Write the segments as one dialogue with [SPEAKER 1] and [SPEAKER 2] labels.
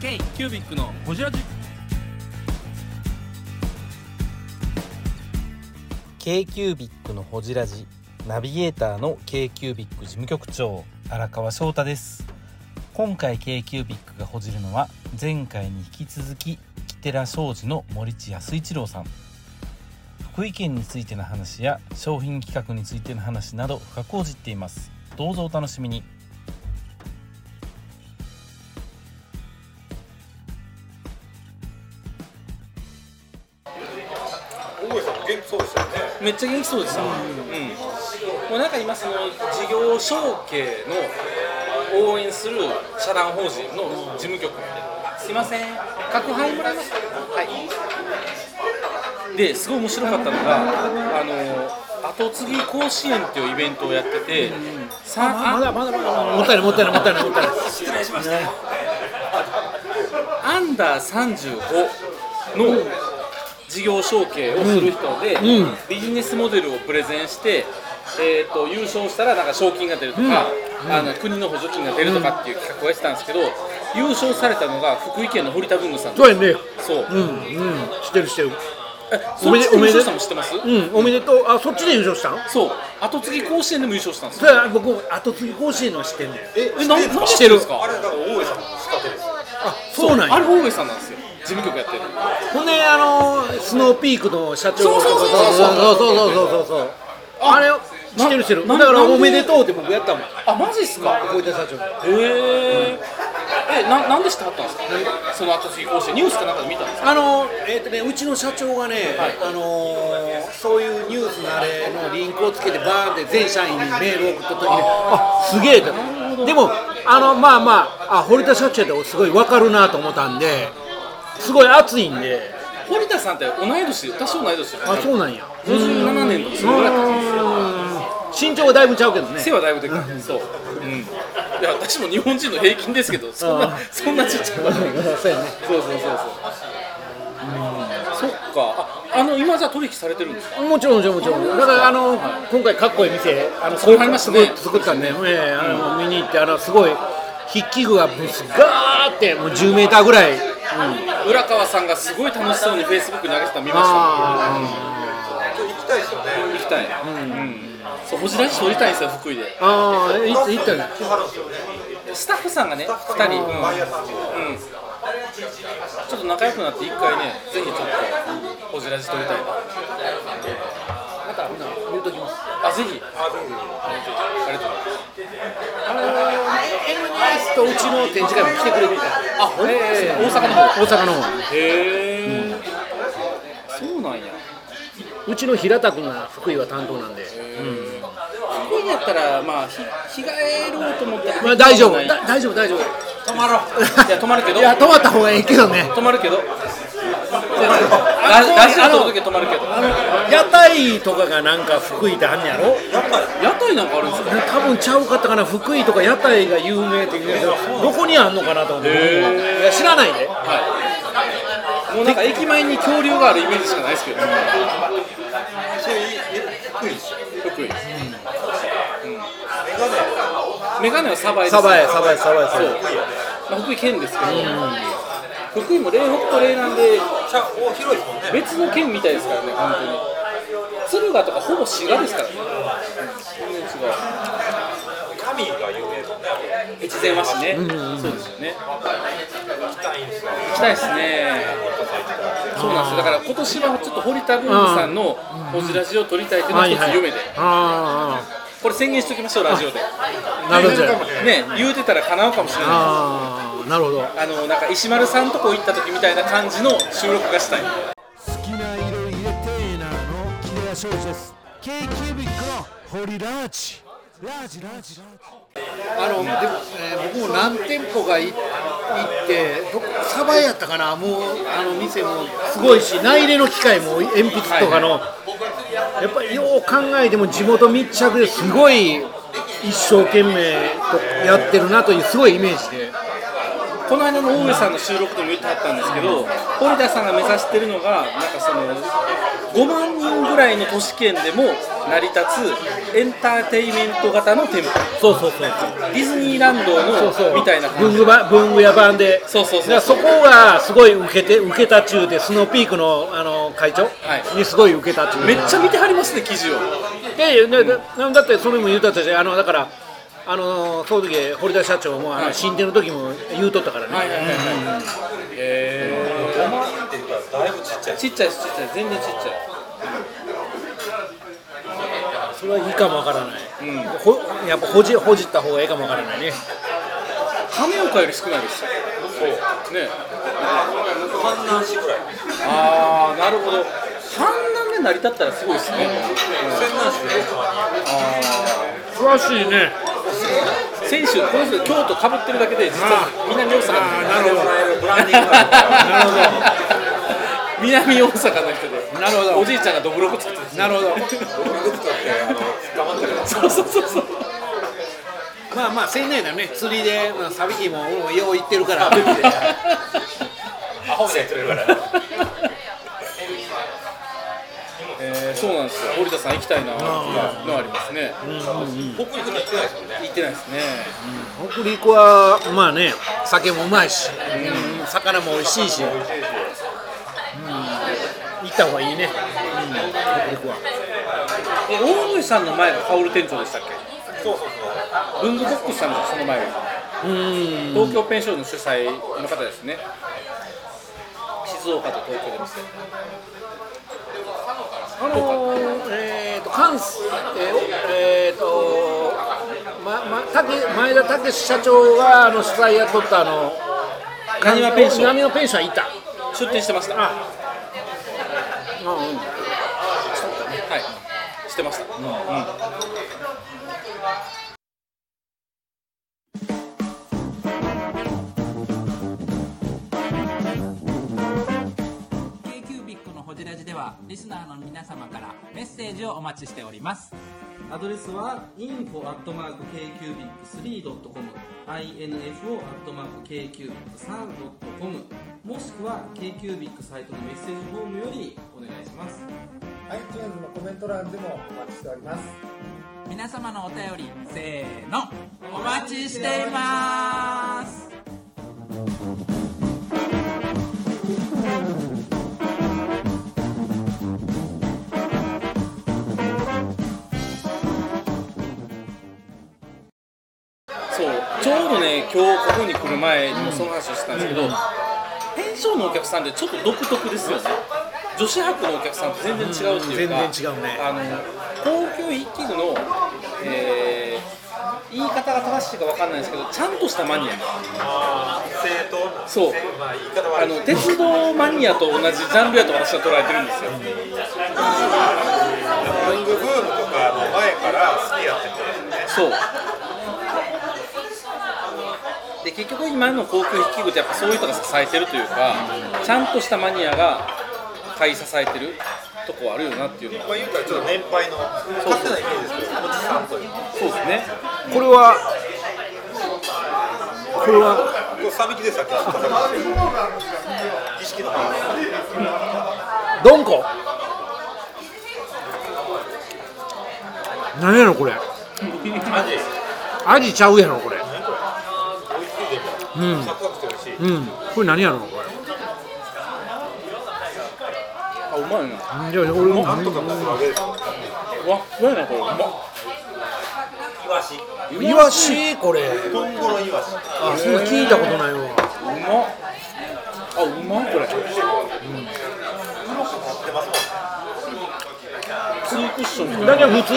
[SPEAKER 1] K キュービックのホジラジ
[SPEAKER 2] k q u b i c のほじラジナビゲーターの k q u b i c 事務局長荒川翔太です今回 k q u b i c がほじるのは前回に引き続きキテラ商事の森地康一郎さん福井県についての話や商品企画についての話など深くをじっていますどうぞお楽しみに
[SPEAKER 3] 大上さんも元気そうでしたよね。
[SPEAKER 1] めっちゃ元気そうでした、もうなんか今その事業承継の応援する社団法人の事務局すいません角杯もらいますはいですごい面白かったのがあの後継ぎ甲子園っていうイベントをやってて、さあ
[SPEAKER 4] まだまだまだもったいないもったいないもったいないもったいない
[SPEAKER 1] 失礼しました、アンダー35の事業承継をする人で、
[SPEAKER 4] うんうん
[SPEAKER 1] ビジネスモデルをプレゼンして、えー、と優勝したらなんか賞金が出るとか、あの国の補助金が出るとかっていう企画をやってたんですけど、優勝されたのが福井県の堀田文具さん
[SPEAKER 4] そうやね
[SPEAKER 1] そう、
[SPEAKER 4] うんうん知ってる知ってる
[SPEAKER 1] え
[SPEAKER 4] お
[SPEAKER 1] そっ
[SPEAKER 4] めで
[SPEAKER 1] ちで優勝したの知ってます、
[SPEAKER 4] うんおめでとうあそっちで優勝したん
[SPEAKER 1] そう後継ぎ甲子園でも優勝したんです
[SPEAKER 4] そ
[SPEAKER 1] よ
[SPEAKER 4] れは僕後継ぎ甲子園のは知ってんねん
[SPEAKER 3] え
[SPEAKER 1] えななんで知っ
[SPEAKER 4] して
[SPEAKER 1] てるん
[SPEAKER 4] る
[SPEAKER 1] ですか
[SPEAKER 3] あれだから大上さんの仕方です。
[SPEAKER 4] あそうなん
[SPEAKER 1] あれ
[SPEAKER 4] や
[SPEAKER 1] 大上さんなんですよ事務局やってる
[SPEAKER 4] ほんであのスノーピークの社長
[SPEAKER 1] そうそうそうそう
[SPEAKER 4] そうそうそうそうそうあれを知ってる知ってる
[SPEAKER 1] な
[SPEAKER 4] だから
[SPEAKER 1] なんで
[SPEAKER 4] おめでとうって僕やったもん
[SPEAKER 1] あマジっすか
[SPEAKER 4] 小出社長
[SPEAKER 1] へええななんで知ってはったんですかその後継ぎ甲子園ニュースかなんかで見たんですか
[SPEAKER 4] あのえっ、とねうちの社長がね、あのーそういうニュースのあれのリンクをつけてバーンって全社員にメールを送った時にあすげえとでもあのまあまああ堀田社長やってすごい分かるなと思ったんですごい熱いんで
[SPEAKER 1] 堀田さんって同い年で私同い年ですよ
[SPEAKER 4] あそうなんや
[SPEAKER 1] 57年とかそのぐらいだったんですよ
[SPEAKER 4] 身長がだいぶちゃうけどね
[SPEAKER 1] 背はだいぶでかいそう、うん、いや私も日本人の平均ですけどそんなそんなちっちゃくはない
[SPEAKER 4] そうやね
[SPEAKER 1] そうそうそうそう、うん、そっかああの今じゃあ取引されてるんですか
[SPEAKER 4] もちろんもちろんもちろんだからあの今回かっこいい店あの
[SPEAKER 1] そうなりましたね
[SPEAKER 4] すごい作ったんで、ええあの見に行ってあのすごい筆記具がブスガーってもう10メーターぐらい、うん、
[SPEAKER 1] 浦川さんがすごい楽しそうにフェイスブックに上げてたの見ました
[SPEAKER 4] あ
[SPEAKER 3] 行きたいですよね。
[SPEAKER 1] 行きたい、うんそう星出し取りたいんですよ福井で
[SPEAKER 4] ーあーいつ行ったね
[SPEAKER 3] 来はるんですよね。
[SPEAKER 1] スタッフさんがね2人、うん
[SPEAKER 3] 毎
[SPEAKER 1] う
[SPEAKER 3] 朝。
[SPEAKER 1] んちょっと仲良くなって一回ね、ぜひちょっとホジラジ撮りたいな。また言うときます。あ、ぜひ。あ、りがとうございます。
[SPEAKER 4] あの NS とうちの展示会も来てくれてた
[SPEAKER 1] あ、ほんとですね
[SPEAKER 4] ええ
[SPEAKER 1] 大阪の方。
[SPEAKER 4] 大阪の
[SPEAKER 1] へ
[SPEAKER 4] 方
[SPEAKER 1] え。そうなんや。
[SPEAKER 4] うちの平田君が福井は担当なんで、
[SPEAKER 1] 福井だったらまあひ日帰ろうと思って。
[SPEAKER 4] まあ、大丈夫
[SPEAKER 1] ない
[SPEAKER 4] だ大丈夫大丈夫
[SPEAKER 1] 泊まろう。いや泊まるけど。
[SPEAKER 4] いや泊まった方がいいけどね
[SPEAKER 1] 泊まるけど。ララジオ撮る時は泊まるけど。
[SPEAKER 4] 屋台とかがなんか福井ってあんねやろ
[SPEAKER 1] 屋台なんかあるんですか。
[SPEAKER 4] 多分ちゃうかったかな福井とか屋台が有名って言うけどどこにあんのかなと思っていや知らないで
[SPEAKER 1] はい。もうなんか駅前に恐竜があるイメージしかないですけど。
[SPEAKER 3] それいいえいいですよ。
[SPEAKER 1] 福井。
[SPEAKER 3] メガネ。
[SPEAKER 1] メガネはサバエです。
[SPEAKER 4] サバエサバエサバエサバエ
[SPEAKER 1] まあ、福井県ですけど、福井も嶺北と嶺南で
[SPEAKER 3] じゃあお広いですもんね。
[SPEAKER 1] 別の県みたいですからね、本当に。敦賀とかほぼ滋賀ですからね。全然違う。
[SPEAKER 3] 神が有名ですもんね。
[SPEAKER 1] 越前和紙ね、そうですよね。
[SPEAKER 3] 行きたいんですよ。
[SPEAKER 1] 行きたいですね。そうなんですよ。だから今年はちょっと堀田文具さんのホジラジオを撮りたいというのが一つ夢で、
[SPEAKER 4] あ
[SPEAKER 1] これ宣言しておきましょうラジオで。
[SPEAKER 4] あなるほど
[SPEAKER 1] ね、言うてたら叶うかもしれない。
[SPEAKER 4] ああなるほど
[SPEAKER 1] あのなんか石丸さんとこ行った時みたいな感じの収録がしたい。
[SPEAKER 5] 好きな色入れてーなの木寺庄司です k q b i c のホリラーチラージラージラージ
[SPEAKER 4] あのでも、えー僕も何店舗かい行ってどこサバエやったかなもうあの店もすごいし内入れの機械も鉛筆とかの、やっぱりよう考えても地元密着ですごい一生懸命とやってるなというすごいイメージで。
[SPEAKER 1] この間の大上さんの収録でも言ってはったんですけど、堀田さんが目指してるのが、なんかその、5万人ぐらいの都市圏でも成り立つエンターテイメント型の店舗
[SPEAKER 4] そうそうそう
[SPEAKER 1] ディズニーランドの
[SPEAKER 4] そうそう
[SPEAKER 1] みたいな感
[SPEAKER 4] 文
[SPEAKER 1] じ
[SPEAKER 4] 具ば文具屋版で
[SPEAKER 1] そうそうそう
[SPEAKER 4] だからそこがすごい受けて受けた中でスノーピークのあの会長、
[SPEAKER 1] い
[SPEAKER 4] にすごい受けた中
[SPEAKER 1] めっちゃ見てはりますね記事を
[SPEAKER 4] でねだだってそれも言うたったしあのだからあのその時堀田社長もあの新店の時も言うとったからね、
[SPEAKER 1] はいはいはいはいえー、ちっちゃいですちっちゃい全然ちっちゃい
[SPEAKER 4] それはいいかもわからない、ほやっぱほじほじった方がいいかもわからないね
[SPEAKER 1] 亀岡より少ないですよ。そう。ね。
[SPEAKER 3] 阪南市ぐらい
[SPEAKER 1] ああ、なるほど。三男で成り立ったらすごいですね。
[SPEAKER 3] 泉南市でよくまに
[SPEAKER 4] 詳しいね
[SPEAKER 1] 先週、この人、京都かぶってるだけで、実は南大阪の人。
[SPEAKER 3] もらえるブランディングがあるから
[SPEAKER 1] なるほど。 南大阪の人で。なるほど。おじいちゃんがどぶろく作ってる。なるほど。
[SPEAKER 3] 僕とってあの捕まってる
[SPEAKER 1] そうそうそうそう。
[SPEAKER 4] まあまあ仙台だね釣りで、まあ、サビキも俺もよう行ってるから
[SPEAKER 3] アホみたいに取れるから
[SPEAKER 1] えー、そうなんですよ。堀田さん行きたいなっていうのはありますね。
[SPEAKER 3] 北陸に行ってないですもんね
[SPEAKER 1] 行ってないですね。
[SPEAKER 4] 北陸はまあね酒もうまいし、うん魚も美味しいし、うん、行った方がいいね、うん、北陸は
[SPEAKER 1] え、大野さんの前が薫店長でしたっけ？
[SPEAKER 3] そうそうそう
[SPEAKER 1] 文具ボックスさんがその前が。
[SPEAKER 4] うん
[SPEAKER 1] 東京ペンションの主催の方ですね静岡と東京で見せて
[SPEAKER 4] あのー、えっ、ー、と関西えーおえー、とままたけ前田武社長があの主催やっとったあの
[SPEAKER 1] なにわペンション
[SPEAKER 4] 浪速ペンションはいた
[SPEAKER 1] 出店してましたあ
[SPEAKER 4] うんうん
[SPEAKER 1] はいしてました、うん
[SPEAKER 6] ホジラジではリスナーの皆様からメッセージをお待ちしております
[SPEAKER 7] アドレスは info.kcubic3.com info.kcubic3.com もしくは KQBIC サイトのメッセージフォームよりお願いします
[SPEAKER 6] 皆様のお便りせーのお待ちしています
[SPEAKER 1] そうちょうどね今日ここに来る前にもその話をしてたんですけど、ペンションのお客さんってちょっと独特ですよね女子博のお客さんと全然違うっていうか、
[SPEAKER 4] 全然違うね
[SPEAKER 1] あの高級筆記具の、えー言い方が正しいかわかんないんですけどちゃんとしたマニア
[SPEAKER 3] 正当な
[SPEAKER 1] そう
[SPEAKER 3] まあ言い方
[SPEAKER 1] あ
[SPEAKER 3] 悪い
[SPEAKER 1] の鉄道マニアと同じジャンルやと私は捉えてるんですよ
[SPEAKER 3] 文具ブームとかの前から好きやってて
[SPEAKER 1] そうで結局今の航空機具ってやっぱそういう人が支えてるというかちゃんとしたマニアが買い支えてるとこはあるよなっていうのは
[SPEAKER 3] まあ言うたらちょっと年配の勝手なイメージですけどおじさんという
[SPEAKER 1] そうですね
[SPEAKER 4] これはこれは
[SPEAKER 3] これサビキでさっきの儀式の話
[SPEAKER 4] ドンコ何やろこれ
[SPEAKER 3] 味です
[SPEAKER 4] アジちゃうやろこれ
[SPEAKER 3] 美味しいでも、サクサクして美味しい
[SPEAKER 4] うんこれ何やろこれ
[SPEAKER 1] あうまいな
[SPEAKER 4] じゃあ俺も
[SPEAKER 3] なんとかもするわけですよ
[SPEAKER 1] うわうまいなこれうまっ
[SPEAKER 3] イワシ
[SPEAKER 4] イワシこれ
[SPEAKER 3] トンボのイワシ
[SPEAKER 4] あそんな聞いたことないわ
[SPEAKER 1] うまっあうまっこれ
[SPEAKER 3] 買ってますもんね
[SPEAKER 1] ツークッションみたいな
[SPEAKER 4] だけど普通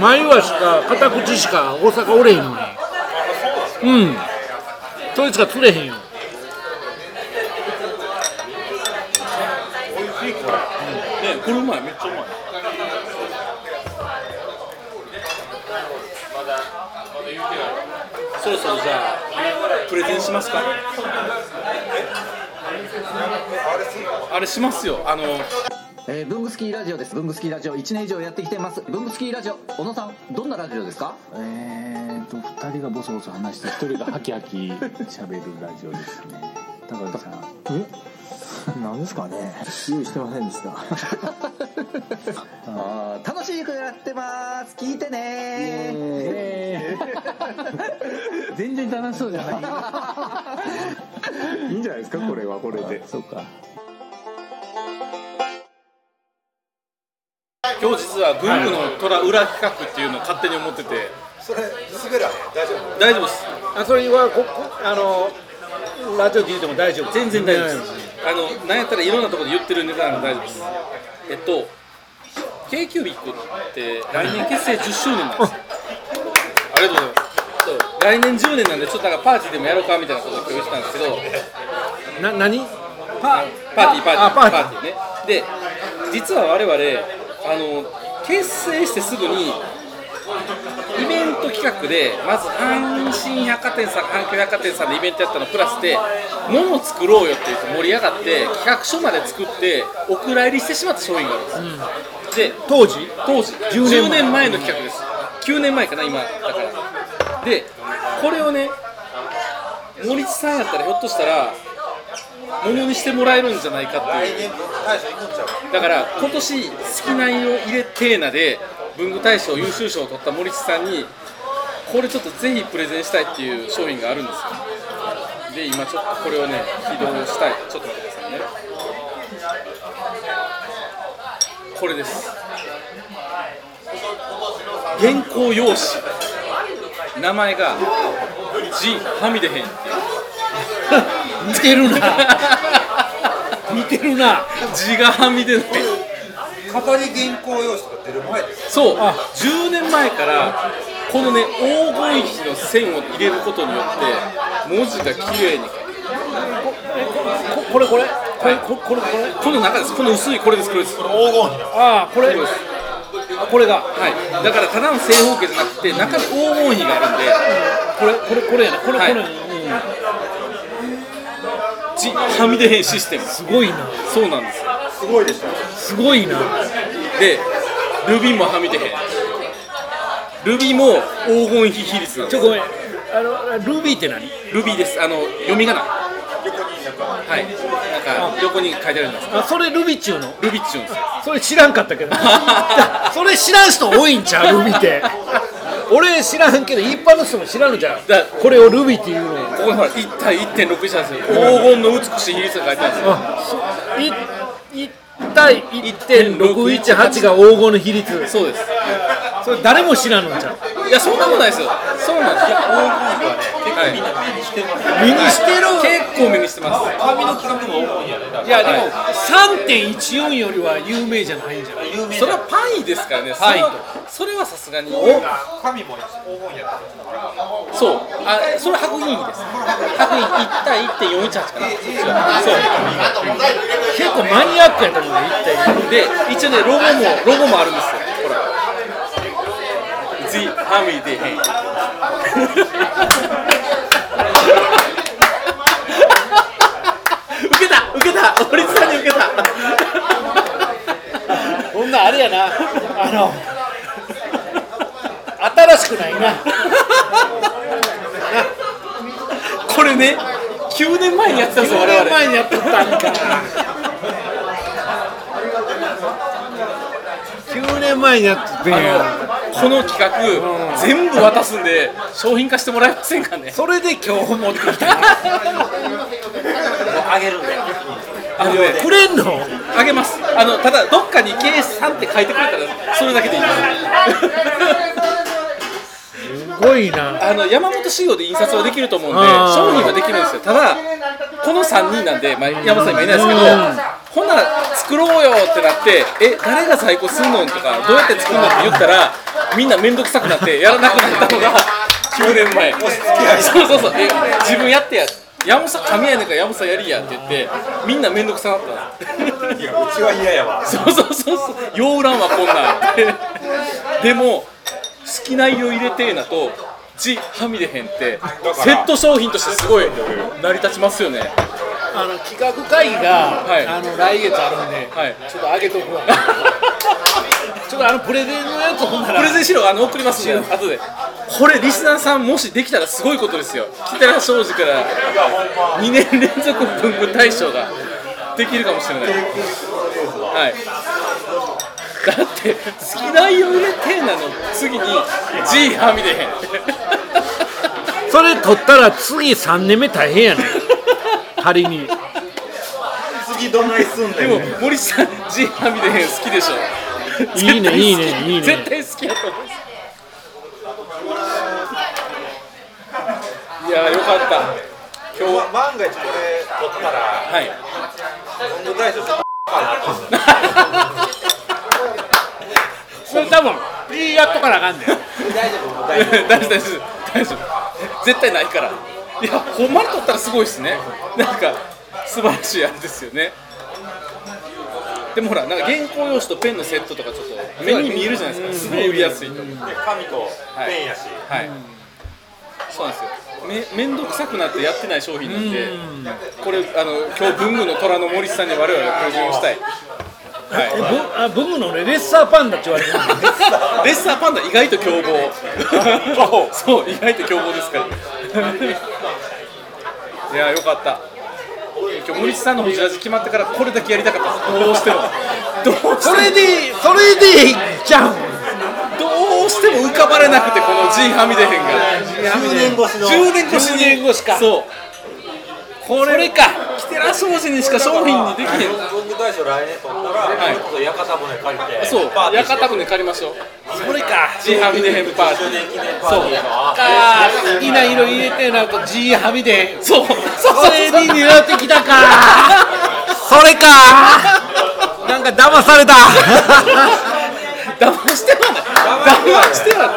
[SPEAKER 4] 前はしか片口しか大阪おれへんのにうんそいつが釣れへんよ
[SPEAKER 1] ねこれうまいめっちゃうまいそろそろじゃあプレゼンしますかあれしますよあの
[SPEAKER 8] えー、ブングスキーラジオです。ブングスキーラジオ1年以上やってきてます。ブングスキーラジオ、小野さん、どんなラジオですか
[SPEAKER 9] えーと2人がボソボソ話して1人がハキハキ喋るラジオですね高橋さんえ何ですかね用意してませんでした
[SPEAKER 8] あー楽しくやってます聞いてねー
[SPEAKER 9] ねえ全然楽しそうじゃない
[SPEAKER 10] いいんじゃないですかこれはこれで
[SPEAKER 9] そうか
[SPEAKER 1] 今日実は文具の虎裏企画っていうのを勝手に思ってて
[SPEAKER 3] それ滑らへん大丈夫
[SPEAKER 1] 大丈夫です
[SPEAKER 4] あそれはここあのラジオ聞いても大丈夫
[SPEAKER 1] 全然大丈夫ですあのなんやったらいろんなところで言ってるネタなんで大丈夫ですえっと k q b i c って来年結成10周年なんですよありがとうございますそう来年10年なんでちょっとなんかパーティーでもやろうかみたいなことを共有してたんですけど
[SPEAKER 4] な何
[SPEAKER 1] パパーティーパーティ
[SPEAKER 4] あ
[SPEAKER 1] ー
[SPEAKER 4] パーティー
[SPEAKER 1] ねで実は我々あの結成してすぐにイベント企画でまず阪神百貨店さん阪急百貨店さんでイベントやったのプラスで物を作ろうよって言って盛り上がって企画書まで作ってお蔵入りしてしまった商品があるんです、で
[SPEAKER 4] 当時
[SPEAKER 1] 当時10年前の企画です9年前かな今だからでこれをね森地さんやったらひょっとしたらものにしてもらえるんじゃないかっていう
[SPEAKER 3] 来年大将行くんちゃう
[SPEAKER 1] だから今年好きな色入れテーナで文具大賞優秀賞を取った森地さんにこれちょっとぜひプレゼンしたいっていう商品があるんですよで今ちょっとこれをね起動したいちょっと待ってくださいねこれです原稿用紙名前が「ジ・はみ出へ ん」
[SPEAKER 4] 似てるな似てるな
[SPEAKER 1] 字がはみ出ない
[SPEAKER 3] 語り原稿用紙とか出る前です
[SPEAKER 1] そう10年前からこのね黄金比の線を入れることによって文字が綺麗に
[SPEAKER 4] ここれこれこれここれこれ
[SPEAKER 1] この中ですこの薄いこれですこれですは
[SPEAKER 4] ああこれあこれが
[SPEAKER 1] いだからただの正方形じゃなくて中に黄金比があるんで
[SPEAKER 4] これこれこれやなこれ、
[SPEAKER 1] はい
[SPEAKER 4] これ、うん
[SPEAKER 1] 字はみ出へんシステム
[SPEAKER 4] すごいな
[SPEAKER 1] そうなんですよ
[SPEAKER 4] すごいな
[SPEAKER 1] でルビーもはみ出へんルビーも黄金比比率なん
[SPEAKER 4] ち
[SPEAKER 1] で
[SPEAKER 4] ょ
[SPEAKER 1] す
[SPEAKER 4] ごめんあのルビーって何
[SPEAKER 1] ルビーですあの読み仮名はいなんか横に書いてあるんです
[SPEAKER 4] あそれルビーっちゅうの
[SPEAKER 1] ルビーっちゅうんですよ
[SPEAKER 4] それ知らんか ったけどそれ知らん人多いんちゃうルビーって俺知らんけど一般の人も知らんのじゃん
[SPEAKER 1] だから
[SPEAKER 4] これをルビーっていうのや
[SPEAKER 1] ここにほら1対1.6したんですよ黄金の美しい比率が書いてあるんですよ
[SPEAKER 4] あい一対1.618が黄金の比率
[SPEAKER 1] そうです。
[SPEAKER 4] それ誰も知らんのじゃん
[SPEAKER 1] いや、そんなことないですよ。そうなんです。黄金はね、
[SPEAKER 4] 身にしてる
[SPEAKER 1] 結構目にしてます。はい、結構目にしてます。
[SPEAKER 4] いやでも3.14よりは有名じゃないんじゃない
[SPEAKER 1] それはパイですからね。それは、それはさすがに。
[SPEAKER 3] 神も黄金やった
[SPEAKER 1] そう。あ、それは白銀比です。白銀比1対1.418かな。そう。
[SPEAKER 4] 結構マニアックやと思うよ
[SPEAKER 1] で、一応ね、ロゴも、ロゴもあるんですよ。ほら。The Family Day 受けた受けた俺さんに受けた
[SPEAKER 4] こんなんあれやなあの新しくないな
[SPEAKER 1] これね9年前にやってたんですよ
[SPEAKER 4] 9
[SPEAKER 1] 我
[SPEAKER 4] 年
[SPEAKER 1] 々
[SPEAKER 4] 前にやってたんか9年前にやってたんや
[SPEAKER 1] あのこの企画全部渡すんで商品化してもらえませんかね
[SPEAKER 4] それで今日持ってきた
[SPEAKER 3] あげるんだよ
[SPEAKER 1] あのね
[SPEAKER 4] くれんの
[SPEAKER 1] あげますあのただどっかに KS3 って書いてくれたらそれだけでいいです
[SPEAKER 4] すごいな
[SPEAKER 1] あの山本仕様で印刷はできると思うんで
[SPEAKER 4] あー
[SPEAKER 1] 商品はできるんですよただこの3人なんで、まあ、山本さん今いないですけどほな作ろうよってなってえ誰が在庫すんのとかどうやって作るのって言ったらみんな面倒くさくなってやらなくなったのが9年前そうそうそうえ自分やってや山本さん神やねんから山本さんやりやって言ってみんな面倒くさくなったんです
[SPEAKER 3] いやうちは嫌やわ
[SPEAKER 1] そうそうそうそう、洋蘭はこんなん。でも、好きな色入れてえなと、字はみ出へんって、セット商品としてすごい成り立ちますよね。
[SPEAKER 4] あの企画会議が、
[SPEAKER 1] はい
[SPEAKER 4] あの来月あるんで
[SPEAKER 1] はい。
[SPEAKER 4] ちょっと上げと くわちょっとあのプレゼンのやつほんなら
[SPEAKER 1] プレゼン資料あの送りますんで、後で。これリスナーさんもしできたらすごいことですよ。北ら庄司から2年連続文具大賞ができるかもしれない。はい。だって「好きなよ入れて」なの次に「G はみ出へん」
[SPEAKER 4] それ取ったら次3年目大変やねん仮 に
[SPEAKER 1] 次どないすんねんでも森さん G はみ出へん好きでしょ
[SPEAKER 4] いいねいいねいいね
[SPEAKER 1] 絶対好きやと思ういやーよかった今日は
[SPEAKER 3] 万が一これ撮ったら
[SPEAKER 1] はい
[SPEAKER 3] 文具大賞さん
[SPEAKER 4] それ多分ピーやっとかなあかんねん
[SPEAKER 3] 大丈 夫
[SPEAKER 1] 大丈夫大丈夫大丈夫絶対ないからいやほんまに撮ったらすごいですねなんか素晴らしいあれですよねでもほらなんか原稿用紙とペンのセットとかちょっと目に見えるじゃないですかすごい売りやすいと思う
[SPEAKER 3] 紙とペンやし、
[SPEAKER 1] はいそうなんですよめ面倒くさくなってやってない商品なんでこれあの今日文具の虎の森さんに我々がプレゼンをしたい
[SPEAKER 4] えぶあブグのねレッサーパンダって言われてる
[SPEAKER 1] レッサーパンダ意外と凶暴 そう意外と凶暴ですからいやよかった今日森さんのホジラジ決まってからこれだけやりたかったどうしても どうして
[SPEAKER 4] そ
[SPEAKER 1] も
[SPEAKER 4] れでそれでいっちゃう
[SPEAKER 1] どうしても浮かばれなくてこの G はみ出へんが
[SPEAKER 3] 10年越しの
[SPEAKER 1] 10年越しに年越しかそうこれかキテラ掃除にしか商品にできへん
[SPEAKER 3] 文具大賞来年取ったら、
[SPEAKER 1] はい
[SPEAKER 3] ちょっと屋形船借りて
[SPEAKER 1] そう
[SPEAKER 3] パーティーして
[SPEAKER 1] 屋形船借りましょうそれか G はみ出へんパーティー
[SPEAKER 3] 10年記念パーティーやろ
[SPEAKER 4] あ好きな色入れてなんか G はみで
[SPEAKER 1] そうそう
[SPEAKER 4] それに狙ってき たかそれかなんか騙された
[SPEAKER 1] 騙してはない騙してはない